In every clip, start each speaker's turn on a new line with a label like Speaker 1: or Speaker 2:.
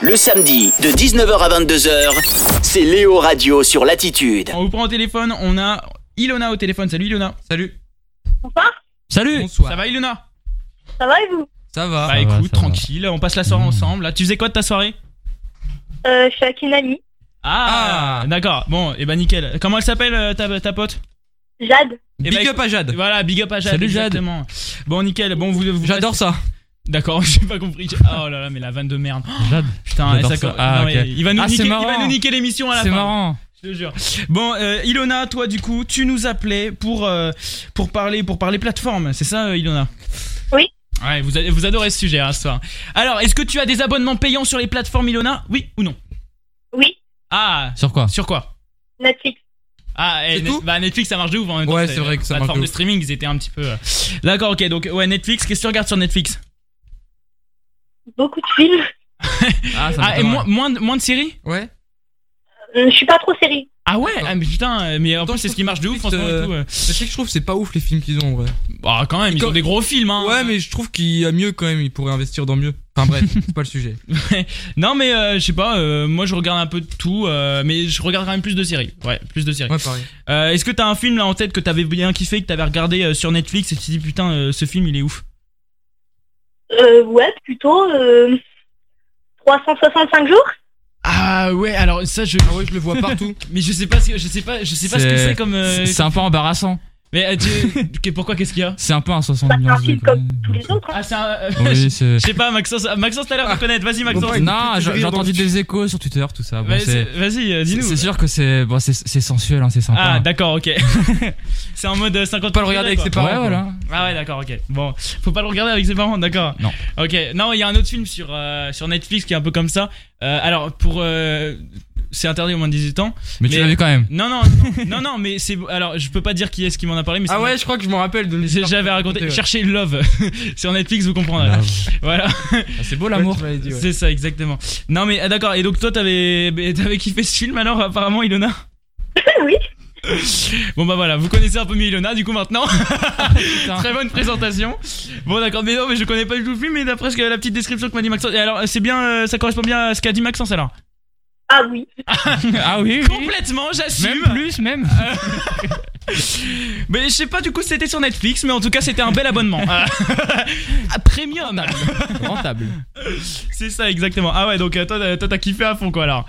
Speaker 1: Le samedi, de 19h à 22h, c'est Léo Radio sur Latitude.
Speaker 2: On vous prend au téléphone, on a Ilona au téléphone. Salut Ilona. Salut.
Speaker 3: Bonsoir.
Speaker 4: Salut
Speaker 2: Bonsoir. Ça va Ilona
Speaker 3: Ça va et vous
Speaker 4: Ça
Speaker 2: Bah
Speaker 4: va Ça va, Hmm.
Speaker 2: écoute,
Speaker 4: ça va.
Speaker 2: tranquille, on passe la soirée ensemble. Là, tu faisais quoi de ta soirée
Speaker 3: euh, Je suis avec une amie,
Speaker 2: Ah,
Speaker 4: Ah.
Speaker 2: D'accord, bon, et bah nickel. Comment elle s'appelle euh, ta, ta pote
Speaker 3: Jade.
Speaker 2: Eh
Speaker 4: Big
Speaker 2: ben,
Speaker 4: up à Jade
Speaker 2: Voilà, big up à Jade.
Speaker 4: Salut, Jade.
Speaker 2: exactement. Bon, nickel. Bon, vous, vous
Speaker 4: J'adore ça
Speaker 2: D'accord, j'ai pas compris. Oh là là, mais la vanne de merde.
Speaker 4: Jade
Speaker 2: Putain, eh,
Speaker 4: J'adore
Speaker 2: ça,
Speaker 4: ça.
Speaker 2: co-
Speaker 4: Ah,
Speaker 2: non, mais
Speaker 4: ok.
Speaker 2: il, va nous
Speaker 4: Ah, c'est
Speaker 2: niquer, il
Speaker 4: marrant.
Speaker 2: va nous niquer l'émission à la fin.
Speaker 4: C'est marrant
Speaker 2: Je te jure. Bon, euh, Ilona, toi, du coup, tu nous appelais pour, euh, pour, parler, pour parler plateforme, c'est ça, euh, Ilona
Speaker 3: Oui.
Speaker 2: Ouais, vous, a- vous adorez ce sujet, hein, ce soir. Alors, est-ce que tu as des abonnements payants sur les plateformes, Ilona Oui ou non
Speaker 3: Oui,
Speaker 2: Ah,
Speaker 4: Sur quoi
Speaker 2: sur quoi
Speaker 3: Netflix.
Speaker 2: ah, eh,
Speaker 4: C'est
Speaker 2: Net-
Speaker 4: tout
Speaker 2: bah Netflix ça marche de ouf en même temps.
Speaker 4: Ouais, c'est vrai que ça marche de
Speaker 2: plateforme de
Speaker 4: ouf.
Speaker 2: streaming, ils étaient un petit peu. euh, D'accord, ok. Donc, ouais, Netflix, qu'est-ce que tu regardes sur Netflix
Speaker 3: Beaucoup de films.
Speaker 4: Ah, ça
Speaker 2: Ah, et moins, moins, de- moins de séries
Speaker 4: Ouais
Speaker 3: Euh, je suis pas trop série.
Speaker 2: Ah ouais
Speaker 4: Attends.
Speaker 2: ah, mais putain, euh, mais en
Speaker 4: Attends,
Speaker 2: plus, c'est
Speaker 4: je
Speaker 2: ce qui
Speaker 4: trouve
Speaker 2: marche de ouf en ce
Speaker 4: Netflix,
Speaker 2: moment et tout. euh.
Speaker 4: Mais c'est que je trouve que c'est pas ouf les films qu'ils ont en vrai
Speaker 2: Bah, quand même, ils
Speaker 4: Quand-
Speaker 2: ont des gros films, hein.
Speaker 4: Ouais mais je trouve qu'il y a mieux quand même, ils pourraient investir dans mieux Enfin bref, c'est pas le sujet
Speaker 2: Non mais euh, je sais pas, euh, moi je regarde un peu de tout, euh, mais je regarde quand même plus de séries. Ouais, plus de séries.
Speaker 4: Ouais pareil
Speaker 2: Euh, Est-ce que t'as un film là en tête que t'avais bien kiffé, que t'avais regardé euh, sur Netflix et tu t'es dit putain euh, ce film il est ouf
Speaker 3: Euh, ouais, plutôt. Euh, 365 jours
Speaker 2: Ah ouais, alors ça je...
Speaker 4: Ah ouais je le vois partout
Speaker 2: Mais je sais pas, ce que- je sais pas, je sais pas ce que
Speaker 5: C'est-
Speaker 2: c'est comme... euh,
Speaker 5: C'est un peu embarrassant.
Speaker 2: Mais euh, tu- que- pourquoi qu'est-ce qu'il y a
Speaker 5: C'est un peu un 60
Speaker 3: Bah, c'est
Speaker 5: millions
Speaker 3: un
Speaker 5: de vues,
Speaker 3: film
Speaker 5: quoi.
Speaker 3: comme tous les autres. hein.
Speaker 2: Ah c'est un... euh,
Speaker 5: Oui, c'est.
Speaker 2: je sais pas, Maxence, Maxence t'as l'air de connaître, vas-y Maxence.
Speaker 4: bon,
Speaker 5: Non,
Speaker 4: tu
Speaker 5: j'ai
Speaker 4: rires
Speaker 5: j'ai
Speaker 4: dans le
Speaker 5: entendu
Speaker 4: cul.
Speaker 5: des échos sur Twitter, tout ça. Bon,
Speaker 2: Vas-
Speaker 5: c'est-
Speaker 2: Vas-y, euh,
Speaker 5: c'est
Speaker 2: dis-nous.
Speaker 5: c'est sûr que c'est bon, c'est c'est sensuel, hein, c'est sympa.
Speaker 2: Ah
Speaker 5: hein.
Speaker 2: d'accord, ok. c'est en mode euh, 50
Speaker 4: Pas le regarder avec
Speaker 2: quoi.
Speaker 4: ses parents
Speaker 5: ouais,
Speaker 4: quoi.
Speaker 5: voilà.
Speaker 2: Ah ouais, d'accord, ok. Bon, faut pas le regarder avec ses parents, d'accord.
Speaker 5: Non.
Speaker 2: Ok, non, il y a un autre film sur, euh, sur Netflix qui est un peu comme ça. Euh, alors, pour. euh, c'est interdit au moins de 18 ans.
Speaker 5: Mais tu
Speaker 2: Mais-
Speaker 5: l'as vu quand même.
Speaker 2: Non, non, non, non, non, mais c'est. Alors, je peux pas dire qui est-ce qui m'en a parlé, mais c'est-
Speaker 4: Ah ouais je crois que je me rappelle de
Speaker 2: c'est-
Speaker 4: l'histoire
Speaker 2: J'avais
Speaker 4: que tu
Speaker 2: raconté.
Speaker 4: racontais, ouais.
Speaker 2: Cherchez Love sur Netflix, vous comprendrez. Voilà,
Speaker 5: Ah, c'est beau l'amour.
Speaker 4: Ouais, tu m'avais dit, ouais.
Speaker 2: c'est ça, exactement. Non, mais ah, d'accord, et donc toi, t'avais t'avais kiffé ce film alors, apparemment, Ilona
Speaker 3: oui,
Speaker 2: Bon, bah voilà, vous connaissez un peu mieux Ilona, du coup, maintenant.
Speaker 5: Putain.
Speaker 2: Très bonne présentation. Bon d'accord, mais non, mais je connais pas du tout le film, mais d'après ce que- la petite description que m'a dit Maxence. Et alors, c'est bien, euh, ça correspond bien à ce qu'a dit Maxence alors.
Speaker 3: ah oui.
Speaker 5: Ah oui, oui.
Speaker 2: Complètement,
Speaker 5: Même
Speaker 2: j'assume.
Speaker 5: plus, même.
Speaker 2: Mais je sais pas du coup, c'était sur Netflix, mais en tout cas, c'était un bel abonnement. Ah, Premium.
Speaker 5: Rentable.
Speaker 2: C'est ça exactement. Ah ouais, donc euh, toi, t'as- toi, t'as kiffé à fond quoi alors.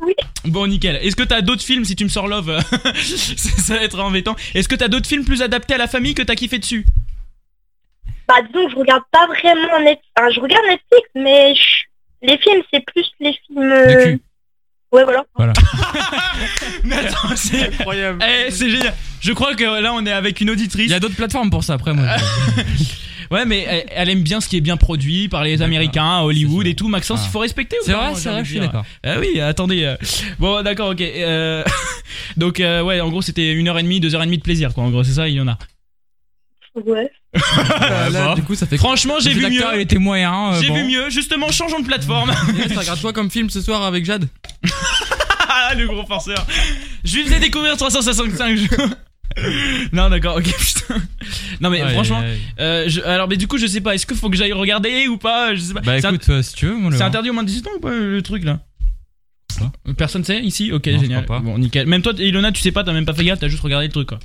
Speaker 3: Oui.
Speaker 2: Bon nickel. Est-ce que t'as d'autres films si tu me sors Love euh, ça, ça va être embêtant. Est-ce que t'as d'autres films plus adaptés à la famille que t'as kiffé dessus
Speaker 3: Bah disons que je regarde pas vraiment Netflix. Enfin, je regarde Netflix, mais je- les films, c'est plus les films...
Speaker 5: De
Speaker 3: euh,
Speaker 5: cul.
Speaker 3: Ouais, voilà.
Speaker 2: Mais attends, c'est
Speaker 4: Incroyable
Speaker 2: Eh, c'est génial. Je crois que là, on est avec une auditrice.
Speaker 5: Il y a d'autres plateformes pour ça après, moi.
Speaker 4: Ah,
Speaker 2: Ouais, mais elle, elle aime bien ce qui est bien produit par les
Speaker 5: D'accord.
Speaker 2: Américains, Hollywood
Speaker 5: C'est ça.
Speaker 2: et tout. Maxence,
Speaker 5: Ah.
Speaker 2: il faut respecter. ou
Speaker 5: C'est
Speaker 2: pas,
Speaker 5: vrai,
Speaker 2: moi, j'ai
Speaker 5: c'est
Speaker 2: envie
Speaker 5: vrai,
Speaker 2: de
Speaker 5: je suis
Speaker 2: dire.
Speaker 5: d'accord.
Speaker 2: Ah oui, attendez. euh, Bon, d'accord, ok. euh, Donc, euh, ouais, en gros, c'était une heure et demie, deux heures et demie de plaisir, quoi. En gros, c'est ça, il y en a.
Speaker 3: Ouais.
Speaker 4: Ah, Là,
Speaker 2: bon.
Speaker 4: du coup ça fait
Speaker 2: Franchement, j'ai
Speaker 5: Le
Speaker 2: vu
Speaker 5: jeu d'acteur,
Speaker 2: mieux.
Speaker 5: Il était moyen. euh,
Speaker 2: J'ai
Speaker 5: bon.
Speaker 2: vu mieux. Justement, changeons de plateforme.
Speaker 4: Et Ça regarde quoi comme film ce soir avec Jade
Speaker 2: Ah, le gros forceur. Je lui faisais découvrir 365 jours. Non, d'accord, ok, putain. Non, mais
Speaker 5: Ouais,
Speaker 2: franchement,
Speaker 5: ouais, ouais.
Speaker 2: euh, je- alors, mais du coup, je sais pas, est-ce qu'il faut que j'aille regarder ou pas Je sais pas.
Speaker 5: Bah
Speaker 2: C'est un-
Speaker 5: écoute, euh, si tu veux, moi, le-
Speaker 2: C'est interdit au moins de 18 ans ou pas le truc là
Speaker 5: Quoi
Speaker 2: Personne sait ici Ok,
Speaker 5: Non, je
Speaker 2: génial.
Speaker 5: crois pas.
Speaker 2: Bon, nickel. Même toi, Ilona, tu sais pas, t'as même pas fait gaffe, t'as juste regardé le truc quoi.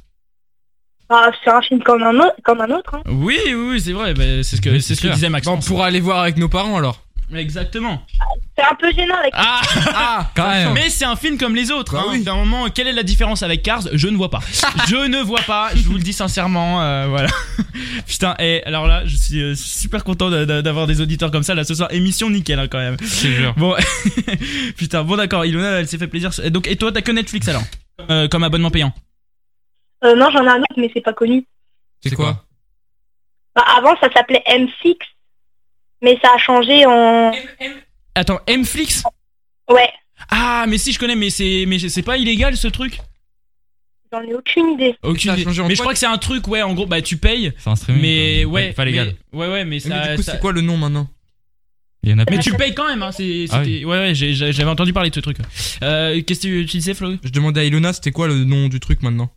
Speaker 3: Bah, c'est un film comme un autre. Comme un autre hein.
Speaker 2: Oui, oui, oui, c'est vrai, bah, c'est ce que,
Speaker 5: Oui,
Speaker 2: c'est
Speaker 5: c'est
Speaker 2: ce que
Speaker 5: clair.
Speaker 2: disait
Speaker 4: Bon, on
Speaker 2: Maxence.
Speaker 4: pourra aller voir avec nos parents alors
Speaker 2: Exactement.
Speaker 3: C'est un peu gênant avec...
Speaker 2: Ah
Speaker 4: Ah
Speaker 5: Quand même.
Speaker 2: Mais c'est un film comme les autres.
Speaker 4: Bah
Speaker 2: hein.
Speaker 4: oui.
Speaker 2: D'un moment, quelle est la différence avec Cars Je ne vois pas. je ne vois pas. Je vous le dis sincèrement. euh, voilà. Putain. Et alors là, je suis euh, super content d'a- d'a- d'avoir des auditeurs comme ça là ce soir. Émission nickel hein, quand même. Bon. Putain. Bon d'accord. Ilona, elle s'est fait plaisir. Et Donc et toi, t'as que Netflix alors Euh, Comme abonnement payant.
Speaker 3: Euh, non, j'en ai un autre, mais c'est pas connu.
Speaker 4: C'est quoi
Speaker 3: Bah, avant, ça s'appelait M6, mais ça a changé en...
Speaker 2: Attends, Mflix
Speaker 3: Ouais,
Speaker 2: Ah, mais si, je connais, mais c'est, mais c'est pas illégal ce truc
Speaker 3: j'en ai aucune idée.
Speaker 2: Aucune
Speaker 4: ça a
Speaker 2: idée.
Speaker 4: changé en
Speaker 2: Mais je
Speaker 4: quoi
Speaker 2: crois que c'est un truc, ouais, en gros, bah tu payes,
Speaker 5: C'est un streaming.
Speaker 2: mais
Speaker 5: quoi.
Speaker 2: ouais.
Speaker 5: Pas légal.
Speaker 2: mais- ouais, ouais, mais ça.
Speaker 4: Mais du coup
Speaker 2: ça-
Speaker 4: c'est quoi le nom maintenant
Speaker 5: Il y en a
Speaker 2: Mais
Speaker 5: plus.
Speaker 2: tu payes quand même, hein, c'est,
Speaker 5: Ah
Speaker 2: c'était- Ouais, ouais, j'ai- j'ai- j'avais entendu parler de ce truc. Euh, qu'est-ce que tu, tu disais, Flo
Speaker 3: E
Speaker 4: Je demandais à Ilona c'était quoi le nom du truc maintenant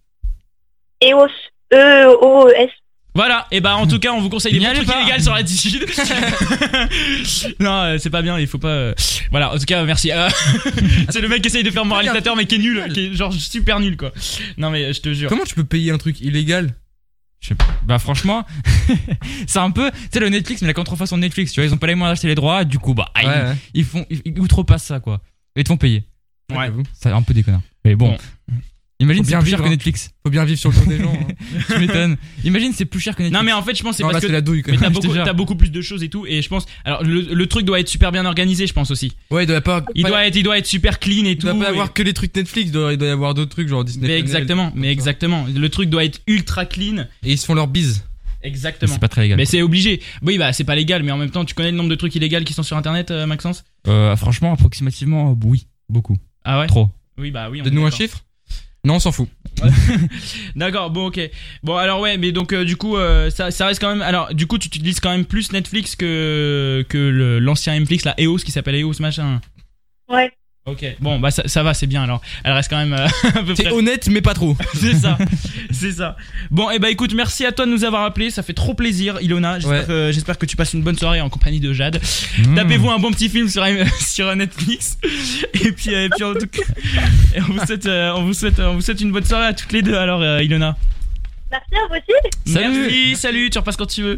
Speaker 3: EOS. E-O-S.
Speaker 2: Voilà, et bah en tout cas, on vous conseille des
Speaker 5: N'y
Speaker 2: bons
Speaker 5: allez
Speaker 2: trucs
Speaker 5: pas.
Speaker 2: illégaux sur la digide. non, euh, c'est pas bien, il faut pas. euh, Voilà, en tout cas, euh, merci. Euh, c'est le mec qui essaye de faire moralisateur, mais qui est nul, qui est genre super nul quoi. Non, mais euh, je te jure.
Speaker 4: Comment tu peux payer un truc illégal
Speaker 5: Bah franchement, c'est un peu, tu sais le Netflix mais la contrefaçon de Netflix, tu vois, ils ont pas les moyens d'acheter les droits, du coup bah ah, ils-
Speaker 4: ouais.
Speaker 5: ils, font ils, ils outrepassent ça quoi. Et ils te font payer.
Speaker 2: Ouais.
Speaker 4: j'avoue.
Speaker 5: C'est un peu déconnant. Mais bon.
Speaker 2: Bon.
Speaker 5: Imagine
Speaker 4: Faut
Speaker 5: c'est
Speaker 4: bien
Speaker 5: plus cher
Speaker 4: vivre,
Speaker 5: que
Speaker 4: hein.
Speaker 5: Netflix.
Speaker 4: Faut bien vivre sur le dos des gens. hein.
Speaker 5: Tu m'étonnes. Imagine c'est plus cher que Netflix.
Speaker 2: Non, mais en fait, je pense que c'est
Speaker 4: Non,
Speaker 2: parce
Speaker 4: là,
Speaker 2: que
Speaker 4: c'est la douille quand
Speaker 2: Mais
Speaker 4: même.
Speaker 2: t'as
Speaker 5: Je te
Speaker 2: beaucoup,
Speaker 5: jure.
Speaker 2: t'as beaucoup plus de choses et tout. Et je pense. Alors, le, le truc doit être super bien organisé, je pense aussi.
Speaker 4: Ouais, il doit pas.
Speaker 2: Il,
Speaker 4: pas-
Speaker 2: doit, être, il doit être super clean et
Speaker 4: il
Speaker 2: tout.
Speaker 4: doit pas y
Speaker 2: et-
Speaker 4: avoir que les trucs Netflix, il doit, il doit y avoir d'autres trucs genre Disney.
Speaker 2: Mais
Speaker 4: Channel.
Speaker 2: exactement, mais exactement. Le truc doit être ultra clean.
Speaker 4: Et ils se font leur bise.
Speaker 5: Mais
Speaker 2: Exactement.
Speaker 5: c'est pas très légal.
Speaker 2: Mais c'est obligé. Oui, bah, c'est pas légal, mais en même temps, tu connais le nombre de trucs illégaux qui sont sur internet, euh, Maxence
Speaker 5: Euh, franchement approximativement euh, oui, beaucoup,
Speaker 2: Ah ouais
Speaker 5: trop.
Speaker 2: Oui, bah oui. on est
Speaker 4: Donne-nous un
Speaker 2: d'accord.
Speaker 4: chiffre Non, on s'en fout.
Speaker 2: D'accord, bon, ok. Bon, alors, ouais, mais donc, euh, du coup, euh, ça, ça reste quand même. Alors, du coup, tu utilises quand même plus Netflix que, que le- l'ancien Netflix, la EOS qui s'appelle EOS machin.
Speaker 3: Ouais.
Speaker 2: Ok, bon, bah, ça, ça va, c'est bien alors. Elle reste quand même euh, à peu près.
Speaker 4: T'es honnête, mais pas trop.
Speaker 2: C'est ça, c'est ça. Bon, et bah écoute, merci à toi de nous avoir appelés, ça fait trop plaisir, Ilona. J'espère,
Speaker 4: Ouais.
Speaker 2: que, j'espère que tu passes une bonne soirée en compagnie de Jade.
Speaker 5: Mmh.
Speaker 2: Tapez-vous un bon petit film sur, sur Netflix. Et puis, euh, et puis en tout cas, et on, vous souhaite, euh, on, vous souhaite, on vous souhaite une bonne soirée à toutes les deux, alors, euh, Ilona.
Speaker 3: Merci à vous aussi.
Speaker 5: Salut.
Speaker 2: Merci, salut, tu repasses quand tu veux.